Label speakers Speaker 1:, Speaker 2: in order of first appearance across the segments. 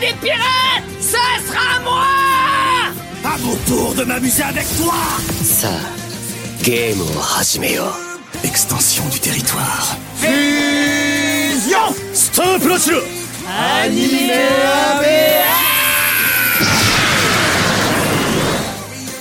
Speaker 1: des pirates, ça sera moi
Speaker 2: À mon tour de m'amuser avec toi
Speaker 3: さあゲームを始めよう
Speaker 2: Extension du territoire. Fusion Stop le jeu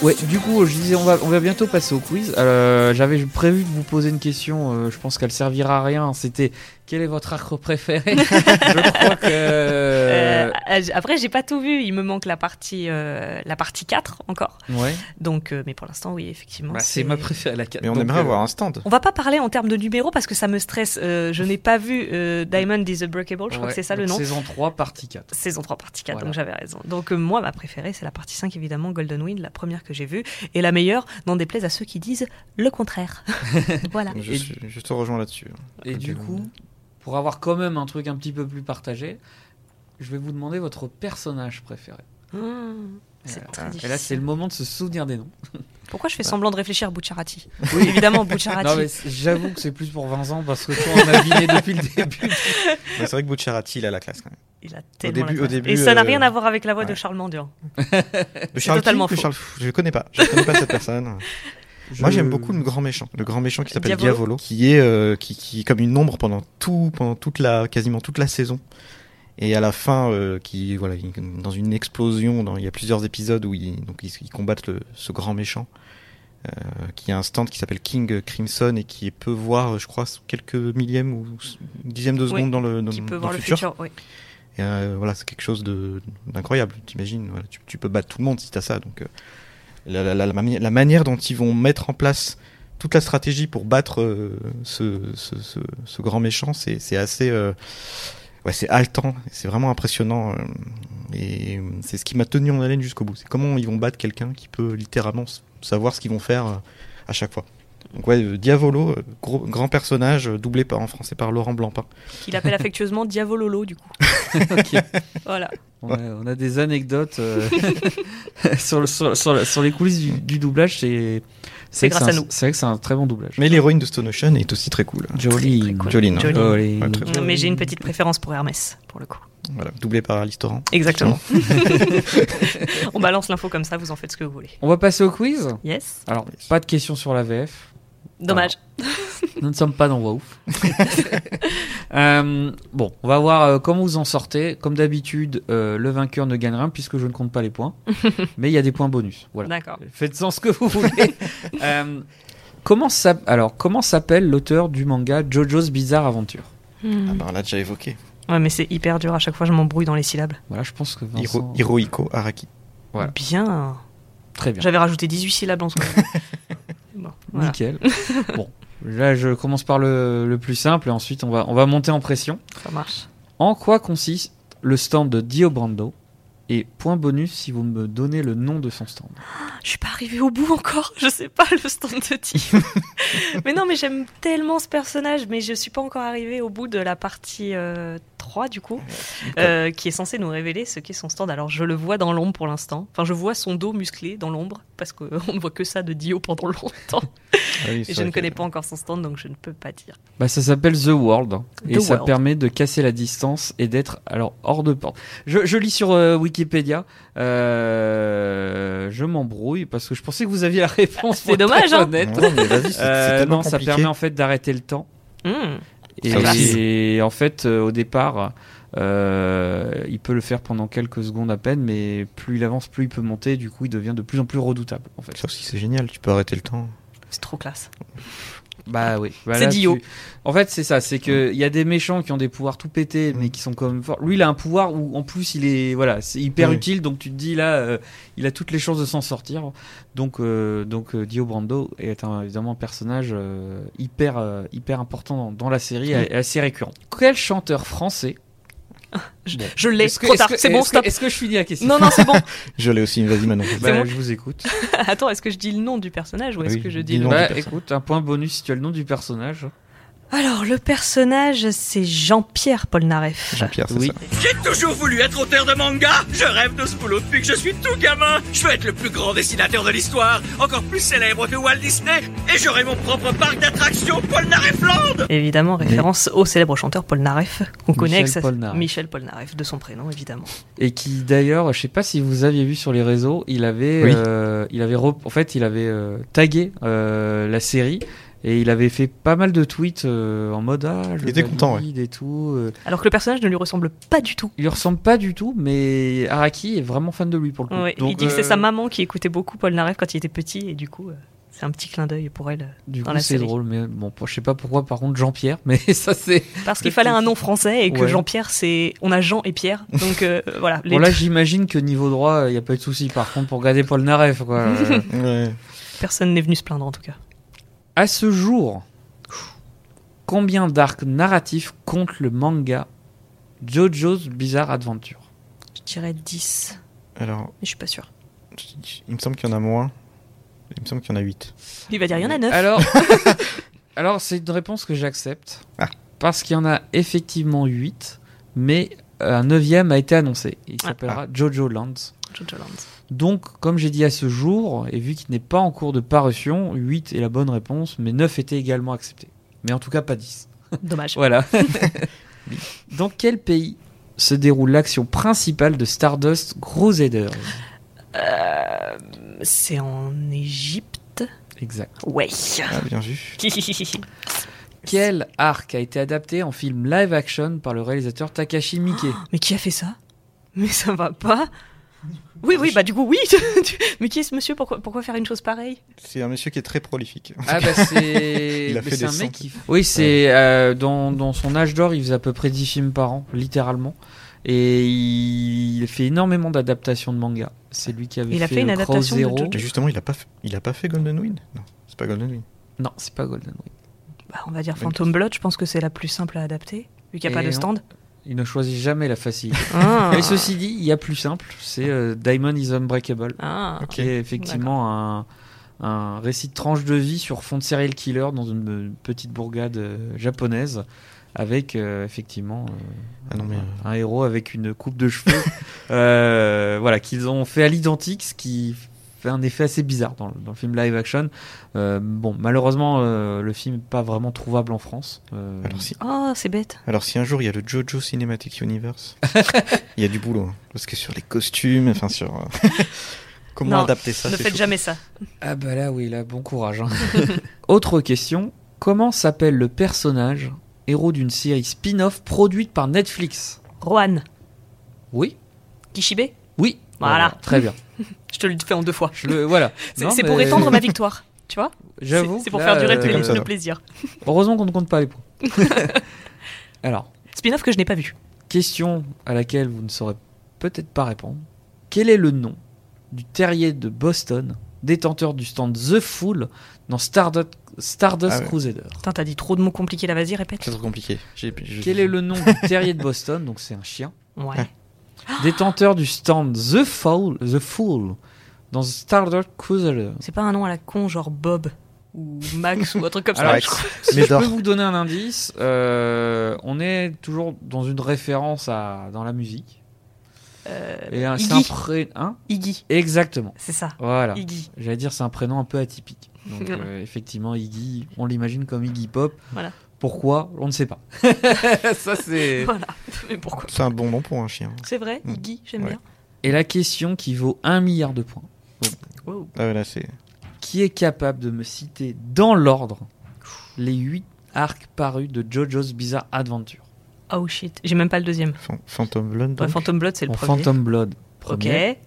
Speaker 4: Ouais, du coup, je disais, on va, on va bientôt passer au quiz. Euh, J'avais prévu de vous poser une question, euh, je pense qu'elle servira à rien. C'était quel est votre arc préféré Je crois que.
Speaker 5: Euh, euh, après, j'ai pas tout vu. Il me manque la partie, euh, la partie 4 encore.
Speaker 4: ouais,
Speaker 5: Donc, euh, mais pour l'instant, oui, effectivement.
Speaker 4: Bah, c'est ma préférée, la euh, 4.
Speaker 6: Mais on aimerait avoir un stand.
Speaker 5: On va pas parler en termes de numéros parce que ça me stresse. Euh, je n'ai pas vu euh, Diamond is a Breakable. Je crois que c'est ça le nom.
Speaker 4: Saison 3, partie 4.
Speaker 5: Saison 3, partie 4,
Speaker 4: Voilà.
Speaker 5: donc j'avais raison. Donc, euh, moi, ma préférée, c'est la partie 5, évidemment, Golden Wind, la première que j'ai vue, et la meilleure, n'en déplaise à ceux qui disent le contraire. voilà.
Speaker 6: Je,
Speaker 4: Et-
Speaker 6: suis- je te rejoins là-dessus.
Speaker 4: Et du coup, pour avoir quand même un truc un petit peu plus partagé, je vais vous demander votre personnage préféré.
Speaker 5: Mmh.
Speaker 4: Et
Speaker 5: C'est
Speaker 4: là-
Speaker 5: très
Speaker 4: Euh, Et là, c'est
Speaker 5: difficile.
Speaker 4: le moment de se souvenir des noms.
Speaker 5: Pourquoi je fais semblant de réfléchir à Bucciarati Oui, évidemment, Bucciarati.
Speaker 4: Non, mais c'est- j'avoue que c'est plus pour Vincent parce que toi, on a deviné depuis le début.
Speaker 6: Mais c'est vrai que Bucciarati, il a la classe quand même.
Speaker 5: Il a tellement
Speaker 6: début-
Speaker 5: la
Speaker 6: au
Speaker 5: classe.
Speaker 6: début,
Speaker 5: Et ça n'a
Speaker 6: euh,
Speaker 5: rien à voir avec la voix de
Speaker 6: ouais.
Speaker 5: Charles Manduan.
Speaker 6: Le Charles
Speaker 5: totalement
Speaker 6: King ou
Speaker 5: faux.
Speaker 6: Charles- Je le connais pas. Je connais pas cette personne. Moi,
Speaker 4: Je-
Speaker 6: j'aime beaucoup le grand méchant. Le grand méchant qui s'appelle
Speaker 5: Diavolo.
Speaker 6: Diavolo, qui est euh, qui, qui est comme une ombre pendant tout, pendant toute la, quasiment toute la saison. Et à la fin, euh, qui voilà, il- dans une explosion, dans, il y a plusieurs épisodes où ils, donc ils, ils combattent le, ce grand méchant, euh, qui a un stand qui s'appelle King Crimson et qui peut voir, je crois, quelques millièmes ou s- dixièmes de
Speaker 5: Oui,
Speaker 6: seconde dans le dans,
Speaker 5: Qui peut
Speaker 6: dans
Speaker 5: voir
Speaker 6: le
Speaker 5: le
Speaker 6: futur.
Speaker 5: futur, oui.
Speaker 6: Et euh, voilà, c'est quelque chose de- d'incroyable, t'imagines. Voilà, tu, tu peux battre tout le monde si t'as ça. Donc, euh, la, la- la- la mani- la manière dont ils vont mettre en place toute la stratégie pour battre euh, ce, ce- ce- ce grand méchant, c'est c'est assez. euh, ouais, c'est haletant, c'est vraiment impressionnant. euh, et euh, c'est ce qui m'a tenu en haleine jusqu'au bout. C'est comment ils vont battre quelqu'un qui peut littéralement s- savoir ce qu'ils vont faire euh, à chaque fois. Donc, ouais, euh, Diavolo, euh, gros- grand personnage, euh, doublé par, en français par Laurent Blancpain.
Speaker 5: Qu'il appelle affectueusement Diavololo, du coup.
Speaker 4: Ok.
Speaker 5: Voilà.
Speaker 4: On, a, on a des anecdotes euh, sur, le- sur- sur le- sur les coulisses du, du doublage. C'est c'est
Speaker 5: C'est
Speaker 4: vrai que
Speaker 5: grâce
Speaker 4: c'est
Speaker 5: à
Speaker 4: un-
Speaker 5: nous.
Speaker 4: C'est vrai que c'est un très bon doublage.
Speaker 6: Mais l'héroïne de Stone Ocean est aussi très cool. hein.
Speaker 4: Jolie.
Speaker 5: cool.
Speaker 6: Jolene.
Speaker 5: Jolene.
Speaker 4: Jolie.
Speaker 6: Ouais, très bien.
Speaker 5: Mais j'ai une petite préférence pour Hermès, pour le coup.
Speaker 6: Voilà, doublé par Alice Torrent.
Speaker 5: Exactement. On balance l'info comme ça, vous en faites ce que vous voulez.
Speaker 4: On va passer au quiz.
Speaker 5: Yes.
Speaker 4: Alors, pas de questions sur la VF.
Speaker 5: Dommage.
Speaker 6: Ah,
Speaker 4: Nous ne sommes pas dans Waouf. Euh, bon, on va voir euh, comment vous en sortez. Comme d'habitude, euh, le vainqueur ne gagne rien puisque je ne compte pas les points. mais il y a des points bonus. Voilà.
Speaker 5: D'accord.
Speaker 4: Faites-en ce que vous voulez. Euh, comment s'app- alors, comment s'appelle l'auteur du manga Jojo's Bizarre Aventure
Speaker 6: Ah bah, on l'a déjà évoqué.
Speaker 5: Hmm. Ouais, mais c'est hyper dur. À chaque fois, je m'embrouille dans les syllabes.
Speaker 4: Voilà, je pense que
Speaker 6: Hiro-
Speaker 4: Vincent...
Speaker 6: Hirohiko Araki.
Speaker 4: Voilà.
Speaker 5: Bien.
Speaker 4: Très bien.
Speaker 5: J'avais rajouté 18 syllabes en ce moment. Bon, voilà.
Speaker 4: Nickel. bon, là, je commence par le, le plus simple et ensuite, on va, on va monter en pression.
Speaker 5: Ça marche.
Speaker 4: En quoi consiste le stand de Dio Brando Et point bonus si vous me donnez le nom de son stand.
Speaker 5: Je suis pas arrivée au bout encore. Je sais pas le stand de Dio. mais non, mais j'aime tellement ce personnage, mais je suis pas encore arrivée au bout de la partie euh, 3 du coup, euh, qui est censée nous révéler ce qu'est son stand. Alors je le vois dans l'ombre pour l'instant. Enfin, je vois son dos musclé dans l'ombre parce qu'on ne voit que ça de Dio pendant longtemps.
Speaker 6: Ah
Speaker 5: Et je ne connais pas encore son stand, donc je ne peux pas dire.
Speaker 4: Bah, ça s'appelle The World hein, et
Speaker 5: The
Speaker 4: ça
Speaker 5: World.
Speaker 4: permet de casser la distance et d'être alors hors de porte. Je, je lis sur euh, Wikipédia, euh, je m'embrouille parce que je pensais que vous aviez la réponse.
Speaker 5: c'est dommage, hein.
Speaker 4: honnête.
Speaker 6: Non, mais vas-y, c'est- c'est
Speaker 4: Euh,
Speaker 6: tellement
Speaker 4: non, ça
Speaker 6: compliqué. Ah,
Speaker 4: permet en fait d'arrêter le temps.
Speaker 5: Hmm.
Speaker 4: Et,
Speaker 6: Ça passe.
Speaker 4: en fait, euh, au départ, euh, il peut le faire pendant quelques secondes à peine, mais plus il avance, plus il peut monter. Du coup, il devient de plus en plus redoutable. En fait.
Speaker 6: Ça aussi, c'est génial. Tu peux arrêter le temps.
Speaker 5: C'est trop classe.
Speaker 4: Bah oui. Bah
Speaker 5: Ah. C'est
Speaker 4: là,
Speaker 5: Dio.
Speaker 4: tu- En fait, c'est ça. C'est que il y a des méchants qui ont des pouvoirs tout pétés,
Speaker 5: Mm.
Speaker 4: mais qui sont quand même forts. Lui, il a un pouvoir où, en plus, il est voilà, c'est hyper
Speaker 6: Oui.
Speaker 4: utile. Donc tu te dis là, euh, il a toutes les chances de s'en sortir. Donc euh, donc euh, Dio Brando est un- évidemment un personnage euh, hyper euh, hyper important dans, dans la série et assez récurrent. Quel chanteur français
Speaker 5: Je,
Speaker 4: Bon.
Speaker 5: je l'ai,
Speaker 4: Est-ce que-
Speaker 5: trop
Speaker 4: est-ce
Speaker 5: tard.
Speaker 4: que-
Speaker 5: C'est bon,
Speaker 4: est-ce que-
Speaker 5: stop.
Speaker 4: Est-ce que je finis la question
Speaker 5: Non, non, c'est bon.
Speaker 6: Je l'ai aussi. Vas-y, Manon.
Speaker 4: Bah,
Speaker 5: bon.
Speaker 4: je vous écoute.
Speaker 5: Attends, est-ce que je dis le nom du personnage ou est-ce
Speaker 6: Oui,
Speaker 5: que je
Speaker 6: dis
Speaker 5: dis
Speaker 6: le
Speaker 5: le
Speaker 6: nom.
Speaker 4: Bah,
Speaker 6: du personnage.
Speaker 4: écoute, un point bonus si tu as le nom du personnage.
Speaker 5: Alors, le personnage, c'est Jean-Pierre Polnareff.
Speaker 6: Jean-Pierre, c'est
Speaker 4: Oui.
Speaker 6: ça.
Speaker 1: J'ai toujours voulu être auteur de manga Je rêve de ce boulot depuis que je suis tout gamin Je veux être le plus grand dessinateur de l'histoire, encore plus célèbre que Walt Disney, et j'aurai mon propre parc d'attractions Polnareffland
Speaker 5: Évidemment, référence au célèbre chanteur Polnareff, qu'on connaît avec
Speaker 4: Michel
Speaker 5: sa-
Speaker 4: Polnareff.
Speaker 5: Michel Polnareff, de son prénom, évidemment.
Speaker 4: Et qui d'ailleurs, je sais pas si vous aviez vu sur les réseaux, il avait,
Speaker 6: Oui.
Speaker 4: euh, il avait, rep- en fait, il avait euh, tagué euh, la série et il avait fait pas mal de tweets euh, en mode ah, je
Speaker 6: Il était content,
Speaker 4: valide et tout. euh.
Speaker 5: Alors que le personnage ne lui ressemble pas du tout.
Speaker 4: Il lui ressemble pas du tout, mais Araki est vraiment fan de lui pour le coup.
Speaker 5: Ouais,
Speaker 4: Donc,
Speaker 5: il dit que c'est
Speaker 4: euh,
Speaker 5: sa maman qui écoutait beaucoup Polnareff quand il était petit, et du coup, euh, c'est un petit clin d'œil pour elle. euh,
Speaker 4: Du
Speaker 5: dans
Speaker 4: coup,
Speaker 5: la
Speaker 4: c'est
Speaker 5: série.
Speaker 4: drôle, mais bon, je sais pas pourquoi. Par contre, Jean-Pierre, mais ça c'est.
Speaker 5: Parce qu'il fallait un nom français et que
Speaker 4: Ouais.
Speaker 5: Jean-Pierre, c'est. On a Jean et Pierre, donc euh, voilà. Les
Speaker 4: Bon là,
Speaker 5: deux-
Speaker 4: j'imagine que niveau droit, il y a pas eu de souci. Par contre, pour garder Paul Naref, quoi. euh,
Speaker 6: Ouais.
Speaker 5: Personne n'est venu se plaindre en tout cas.
Speaker 4: À ce jour, combien d'arcs narratifs compte le manga JoJo's Bizarre Adventure
Speaker 5: Je dirais 10,
Speaker 6: Alors,
Speaker 5: mais je suis pas sûre.
Speaker 6: il me semble qu'il y en a moins. Il me semble qu'il y en a 8.
Speaker 5: Il va dire, il y en a 9.
Speaker 4: Alors, alors c'est une réponse que j'accepte.
Speaker 6: Ah.
Speaker 4: Parce qu'il y en a effectivement 8, mais euh, un neuvième a été annoncé. Il
Speaker 5: Ah.
Speaker 4: s'appellera JoJo Lands. Donc, comme j'ai dit à ce jour, et vu qu'il n'est pas en cours de parution, 8 est la bonne réponse, mais 9 était également accepté. Mais en tout cas, pas 10.
Speaker 5: Dommage.
Speaker 4: Voilà. Dans quel pays se déroule l'action principale de Stardust Crusader
Speaker 5: C'est en Égypte.
Speaker 4: Exact.
Speaker 5: Ouais.
Speaker 6: Ah, bien vu.
Speaker 4: Quel arc a été adapté en film live action par le réalisateur Takashi Miike
Speaker 5: Mais qui a fait ça Mais ça va pas. Oui, oui, bah du coup, oui. Mais qui est ce monsieur pourquoi, pourquoi faire une chose pareille
Speaker 6: C'est un monsieur qui est très prolifique.
Speaker 4: Ah bah c'est
Speaker 6: Il a
Speaker 4: mais
Speaker 6: fait
Speaker 4: c'est
Speaker 6: des
Speaker 4: un mec
Speaker 6: centaines.
Speaker 4: qui Oui, c'est euh, dans, dans son âge d'or, il faisait à peu près 10 films par an, littéralement. Et il fait énormément d'adaptations de mangas. C'est lui qui avait
Speaker 5: Il a
Speaker 4: fait,
Speaker 5: fait une
Speaker 4: euh,
Speaker 5: adaptation de
Speaker 4: Crow Zero.
Speaker 5: Jojo.
Speaker 6: Mais justement, il a pas fait, il a pas fait Golden Wind Non, c'est pas Golden Wind.
Speaker 4: Non, c'est pas Golden Ring.
Speaker 5: Bah, on va dire Phantom Blood, je pense que c'est la plus simple à adapter, vu qu'il n'y a
Speaker 4: Et
Speaker 5: pas de
Speaker 4: non.
Speaker 5: stand.
Speaker 4: Il ne choisit jamais la facilité.
Speaker 5: Ah.
Speaker 4: Mais ceci dit, il y a plus simple, c'est euh, Diamond is Unbreakable,
Speaker 5: Ah.
Speaker 6: Ok.
Speaker 4: qui est effectivement un, un récit de tranche de vie sur fond de serial killer dans une euh, petite bourgade euh, japonaise, avec euh, effectivement euh,
Speaker 6: Ah non, mais. euh,
Speaker 4: un héros avec une coupe de cheveux, euh, voilà, qu'ils ont fait à l'identique, ce qui fait un effet assez bizarre dans le, dans le film live action. Euh, bon, malheureusement, euh, le film n'est pas vraiment trouvable en France. Euh,
Speaker 6: Alors si,
Speaker 5: Oh, c'est bête.
Speaker 6: alors si un jour il y a le JoJo Cinematic Universe, il y a du boulot. hein. Parce que sur les costumes, enfin sur. euh, Comment
Speaker 5: Non,
Speaker 6: adapter ça
Speaker 5: ne
Speaker 6: c'est
Speaker 5: faites
Speaker 6: chaud.
Speaker 5: jamais ça.
Speaker 4: Ah bah là oui, là, bon courage. hein. Autre question, comment s'appelle le personnage, héros d'une série spin-off produite par Netflix
Speaker 5: Rohan,
Speaker 4: Oui
Speaker 5: Kishibe,
Speaker 4: Oui
Speaker 5: Voilà.
Speaker 4: Très bien.
Speaker 5: je te le fais en deux fois.
Speaker 4: Je le, voilà.
Speaker 5: C'est
Speaker 4: Non,
Speaker 5: c'est pour
Speaker 4: mais
Speaker 5: étendre ma victoire. Tu vois C'est
Speaker 4: J'avoue.
Speaker 5: c'est pour
Speaker 4: que
Speaker 5: faire
Speaker 4: là, euh,
Speaker 5: durer le,
Speaker 6: t'es
Speaker 5: pla-
Speaker 6: comme ça,
Speaker 5: le
Speaker 6: là.
Speaker 5: plaisir.
Speaker 4: Heureusement qu'on ne compte pas les points. Alors,
Speaker 5: Spin-off que je n'ai pas vu.
Speaker 4: Question à laquelle vous ne saurez peut-être pas répondre. Quel est le nom du terrier de Boston, détenteur du stand The Fool dans Stardust, Stardust
Speaker 6: Ah ouais.
Speaker 4: Crusader
Speaker 5: Putain, t'as dit trop de mots compliqués là, vas-y, répète.
Speaker 6: C'est trop compliqué. J'ai- je-
Speaker 4: Quel est le nom du terrier de Boston, donc c'est un chien,
Speaker 5: Ouais.
Speaker 4: détenteur du stand The Fool, The Fool dans Stardust Crusader
Speaker 5: C'est pas un nom à la con, genre Bob ou Max ou un truc comme ça.
Speaker 4: Alors,
Speaker 5: je crois.
Speaker 4: Si je
Speaker 6: Médor.
Speaker 4: peux vous donner un indice, euh, on est toujours dans une référence à, dans la musique.
Speaker 5: Euh,
Speaker 4: Et un, c'est un
Speaker 5: Iggy,
Speaker 4: pré- hein
Speaker 5: Iggy,
Speaker 4: Exactement.
Speaker 5: c'est ça.
Speaker 4: Voilà.
Speaker 5: Iggy.
Speaker 4: J'allais dire c'est un prénom un peu atypique. Donc euh, effectivement Iggy, on l'imagine comme Iggy Pop.
Speaker 5: Voilà.
Speaker 4: Pourquoi On ne sait pas. Ça c'est.
Speaker 5: Voilà. Mais pourquoi
Speaker 6: C'est un bon nom pour un chien.
Speaker 5: C'est vrai,
Speaker 6: Mm.
Speaker 5: Iggy, j'aime
Speaker 6: Ouais.
Speaker 5: bien.
Speaker 4: Et la question qui vaut un milliard de points.
Speaker 5: Wow.
Speaker 6: Ah ouais, là c'est.
Speaker 4: Qui est capable de me citer dans l'ordre les huit arcs parus de JoJo's Bizarre Adventure
Speaker 5: Oh shit, j'ai même pas le deuxième.
Speaker 6: Fan- Phantom Blood.
Speaker 5: Ouais,
Speaker 6: donc.
Speaker 5: Bah, Phantom Blood, c'est le
Speaker 4: En
Speaker 5: premier.
Speaker 4: Phantom Blood.
Speaker 5: Ok.
Speaker 4: premier.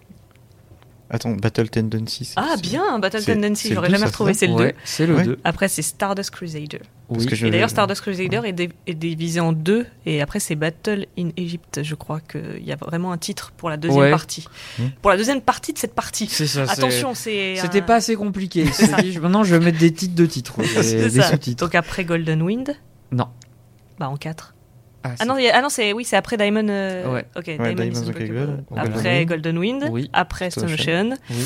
Speaker 6: Attends, Battle Tendency. c'est-
Speaker 5: Ah
Speaker 6: c'est-
Speaker 5: bien, Battle
Speaker 6: c'est-
Speaker 5: Tendency,
Speaker 6: c'est le
Speaker 5: j'aurais
Speaker 6: deux,
Speaker 5: jamais
Speaker 6: ça,
Speaker 5: retrouvé,
Speaker 6: c'est
Speaker 5: c'est le 2.
Speaker 4: Ouais, c'est le
Speaker 6: Ouais.
Speaker 4: 2.
Speaker 5: Après, c'est Stardust Crusader.
Speaker 6: Parce que je-
Speaker 5: Et d'ailleurs, Stardust Crusader est, dé- est divisé en deux, et après, c'est Battle in Egypt. Je crois qu'il y a vraiment un titre pour la deuxième
Speaker 4: Ouais.
Speaker 5: partie.
Speaker 6: Mm.
Speaker 5: Pour la deuxième partie de cette partie.
Speaker 4: C'est ça. c'est-
Speaker 5: Attention, c'est.
Speaker 4: C'était
Speaker 5: un-
Speaker 4: pas assez compliqué. Il s'est dit, maintenant je vais mettre des titres de titres. ouais,
Speaker 5: C'est
Speaker 4: Des, des
Speaker 5: ça.
Speaker 4: sous-titres.
Speaker 5: Donc après Golden Wind
Speaker 4: Non.
Speaker 5: Bah en 4.
Speaker 4: c'est-
Speaker 5: Ah non, il y a- ah non c'est oui, c'est après Diamond. euh,
Speaker 4: Ouais.
Speaker 5: Ok,
Speaker 6: Diamond
Speaker 5: Diamond, is
Speaker 6: is Unbreakable,
Speaker 5: Unbreakable.
Speaker 6: Golden
Speaker 5: Après
Speaker 6: Wind.
Speaker 5: Golden Wind.
Speaker 4: Oui.
Speaker 5: Après
Speaker 6: Stone
Speaker 5: Stone Ocean.
Speaker 4: Oui.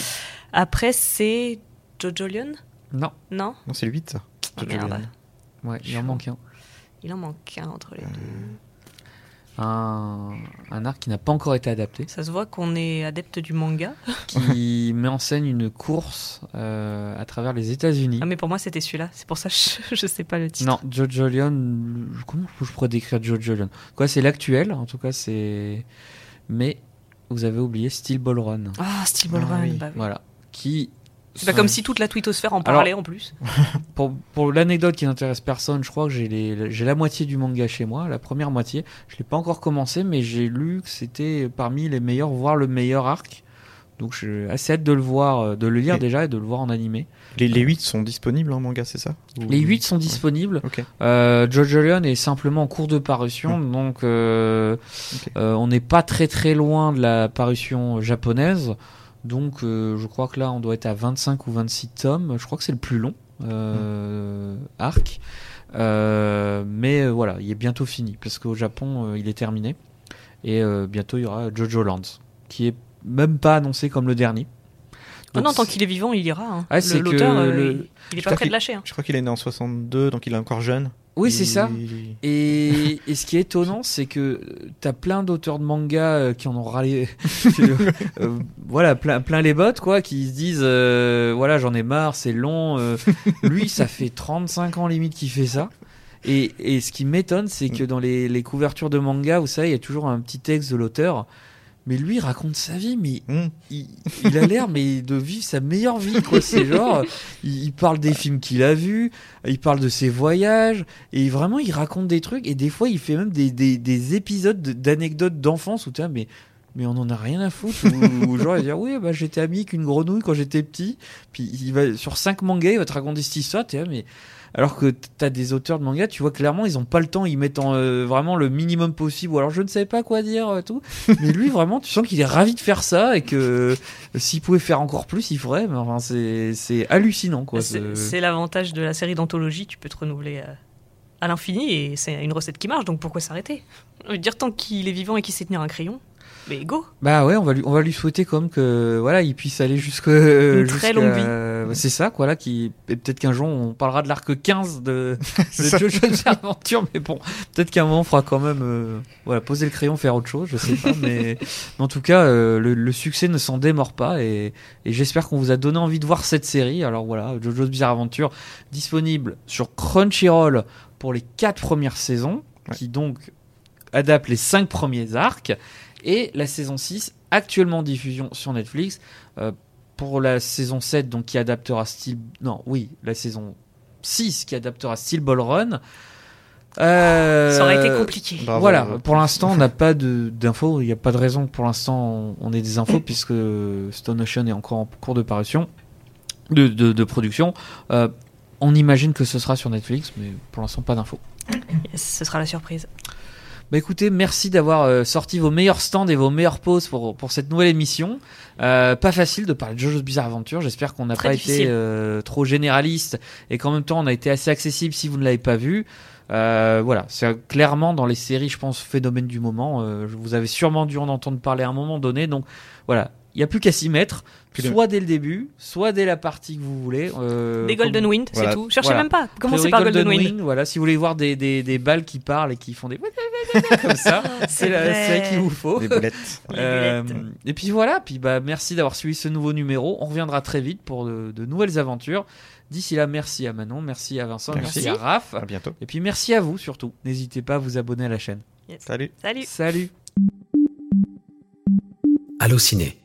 Speaker 5: Après c'est Jojo Leon
Speaker 4: Non.
Speaker 5: Non
Speaker 6: Non, c'est le 8 ça.
Speaker 5: Ah, merde.
Speaker 6: Julian.
Speaker 4: Ouais, il en manque un.
Speaker 5: Il en manque un entre les deux.
Speaker 4: Un, un arc qui n'a pas encore été adapté,
Speaker 5: Ça se voit qu'on est adepte du manga.
Speaker 4: qui met en scène une course euh, à travers les États-Unis.
Speaker 5: Ah, mais pour moi, c'était celui-là. C'est pour ça que je, je sais pas le titre.
Speaker 4: Non, Jojo Leon, le- comment je pourrais décrire Jojo Leon Quoi, c'est l'actuel, en tout cas, c'est. Mais vous avez oublié Steel Ball Run.
Speaker 5: Ah, Steel Ball
Speaker 6: Ah
Speaker 5: Run.
Speaker 6: oui.
Speaker 5: bah oui.
Speaker 4: Voilà. Qui.
Speaker 5: C'est pas comme si toute la twittosphère en
Speaker 4: Alors-
Speaker 5: parlait en plus.
Speaker 4: Pour, pour l'anecdote qui n'intéresse personne, je crois que j'ai les- j'ai la moitié du manga chez moi, la première moitié. Je l'ai pas encore commencé, mais j'ai lu que c'était parmi les meilleurs, voire le meilleur arc. Donc j'ai assez hâte de le voir, euh, de le lire
Speaker 6: Et-
Speaker 4: déjà et de le voir en animé.
Speaker 6: Les, les 8 sont disponibles en manga, c'est ça Ou-
Speaker 4: Les 8 sont disponibles.
Speaker 6: Ok.
Speaker 4: Euh, Jojo Leon est simplement en cours de parution, donc euh,
Speaker 6: Ok.
Speaker 4: euh, on n'est pas très très loin de la parution japonaise. Donc euh, je crois que là on doit être à 25 ou 26 tomes. Je crois que c'est le plus long euh, arc. Euh, mais euh, voilà, il est bientôt fini parce qu'au Japon euh, il est terminé. Et euh, bientôt il y aura Jojo Lands qui est même pas annoncé comme le dernier.
Speaker 5: Ah
Speaker 4: Donc,
Speaker 5: non, tant qu'il est vivant, il ira. hein.
Speaker 4: Ah,
Speaker 5: Le-
Speaker 4: c'est que
Speaker 5: L'auteur, euh,
Speaker 4: le-
Speaker 5: il- il est
Speaker 6: Je
Speaker 5: pas prêt
Speaker 6: crois
Speaker 5: de lâcher. hein.
Speaker 6: Je crois qu'il est né en 62, donc il est encore jeune.
Speaker 4: Oui, c'est
Speaker 6: Il-
Speaker 4: ça. Et, et ce qui est étonnant, c'est que euh, t'as plein d'auteurs de manga euh, qui en ont râlé, qui, euh, euh, voilà, plein, plein les bottes, quoi, qui se disent, euh, voilà, j'en ai marre, c'est long. euh. lui, ça fait 35 ans limite qu'il fait ça. Et, et ce qui m'étonne, c'est que dans les, les couvertures de manga, vous savez, il y a toujours un petit texte de l'auteur. Mais lui, il raconte sa vie, mais
Speaker 6: Hum.
Speaker 4: il, il a l'air mais de vivre sa meilleure vie quoi c'est genre il, il parle des films qu'il a vus il parle de ses voyages et vraiment il raconte des trucs et des fois il fait même des, des, des épisodes de- d'anecdotes d'enfance où tu mais mais on en a rien à foutre ou, ou genre il va dire oui bah j'étais ami qu'une grenouille quand j'étais petit puis il va sur cinq mangas il va te raconter cette histoire tu mais alors que t'as des auteurs de manga, tu vois clairement ils ont pas le temps, ils mettent en, euh, vraiment le minimum possible. Ou alors je ne savais pas quoi dire, euh, tout. Mais lui vraiment, tu sens qu'il est ravi de faire ça et que euh, s'il pouvait faire encore plus, il ferait. Mais enfin, c'est c'est hallucinant quoi.
Speaker 5: Ah, C'est
Speaker 4: ce-
Speaker 5: c'est l'avantage de la série d'anthologie, tu peux te renouveler euh, à l'infini et c'est une recette qui marche, donc pourquoi s'arrêter Je veux dire, tant qu'il est vivant et qu'il sait tenir un crayon, mais go
Speaker 4: Bah ouais, on va lui, on va lui souhaiter comme que voilà, il puisse aller jusqu'à
Speaker 5: Une très longue vie.
Speaker 4: vie. C'est ça, quoi là, qui et peut-être qu'un jour on parlera de l'arc 15 de, de Jojo's Aventure, mais bon, peut-être qu'à un moment on fera quand même euh, voilà poser le crayon, faire autre chose, je sais pas, mais, mais en tout cas euh, le, le succès ne s'en démord pas et, et j'espère qu'on vous a donné envie de voir cette série. Alors voilà, Jojo's Bizarre Aventure disponible sur Crunchyroll pour les quatre premières saisons,
Speaker 6: Ouais.
Speaker 4: qui donc adaptent les cinq premiers arcs, et la saison 6, actuellement en diffusion sur Netflix, euh, pour la saison 7, donc qui adaptera Steel... Non, oui, la saison 6 qui adaptera Steel Ball Run. Euh,
Speaker 5: Ça aurait été compliqué.
Speaker 6: Bravo.
Speaker 4: voilà, pour l'instant, on n'a pas de- d'infos. Il n'y a pas de raison que pour l'instant, on, on ait des infos puisque Stone Ocean est encore en cours de parution, de, de- de production. Euh, on imagine que ce sera sur Netflix, mais pour l'instant, pas d'infos.
Speaker 5: Yes, ce sera la surprise.
Speaker 4: Bah écoutez, merci d'avoir euh, sorti vos meilleurs stands et vos meilleures pauses pour, pour cette nouvelle émission. Euh, pas facile de parler de Jojo's Bizarre Adventure. J'espère qu'on n'a
Speaker 5: Très
Speaker 4: pas
Speaker 5: difficile.
Speaker 4: été euh, trop généraliste et qu'en même temps on a été assez accessible si vous ne l'avez pas vu. Euh, voilà, c'est euh, clairement dans les séries, je pense, phénomène du moment. Euh, je- vous avez sûrement dû en entendre parler à un moment donné. Donc voilà, il n'y a plus qu'à s'y mettre,
Speaker 6: Plus de-
Speaker 4: soit dès le début, soit dès la partie que vous voulez. Euh,
Speaker 5: Des Golden
Speaker 4: comme-
Speaker 5: Wind,
Speaker 6: Voilà.
Speaker 5: c'est tout. Cherchez
Speaker 4: Voilà.
Speaker 5: même pas. Commencez par
Speaker 4: Priori,
Speaker 5: Golden Wind.
Speaker 4: Voilà, si vous voulez voir des, des, des balles qui parlent et qui font des comme ça, c'est la
Speaker 5: Ah, vrai.
Speaker 4: série qu'il vous faut.
Speaker 6: Des boulettes.
Speaker 5: Les
Speaker 4: Euh,
Speaker 5: lunettes.
Speaker 4: et puis voilà, puis bah merci d'avoir suivi ce nouveau numéro. On reviendra très vite pour de, de nouvelles aventures. D'ici là, merci à Manon, merci à Vincent, merci,
Speaker 6: Merci.
Speaker 4: à Raph,
Speaker 6: À bientôt.
Speaker 4: et puis merci à vous surtout. N'hésitez pas à vous abonner à la chaîne.
Speaker 5: Yes.
Speaker 6: Salut.
Speaker 5: Salut
Speaker 4: Salut.
Speaker 3: Allociné.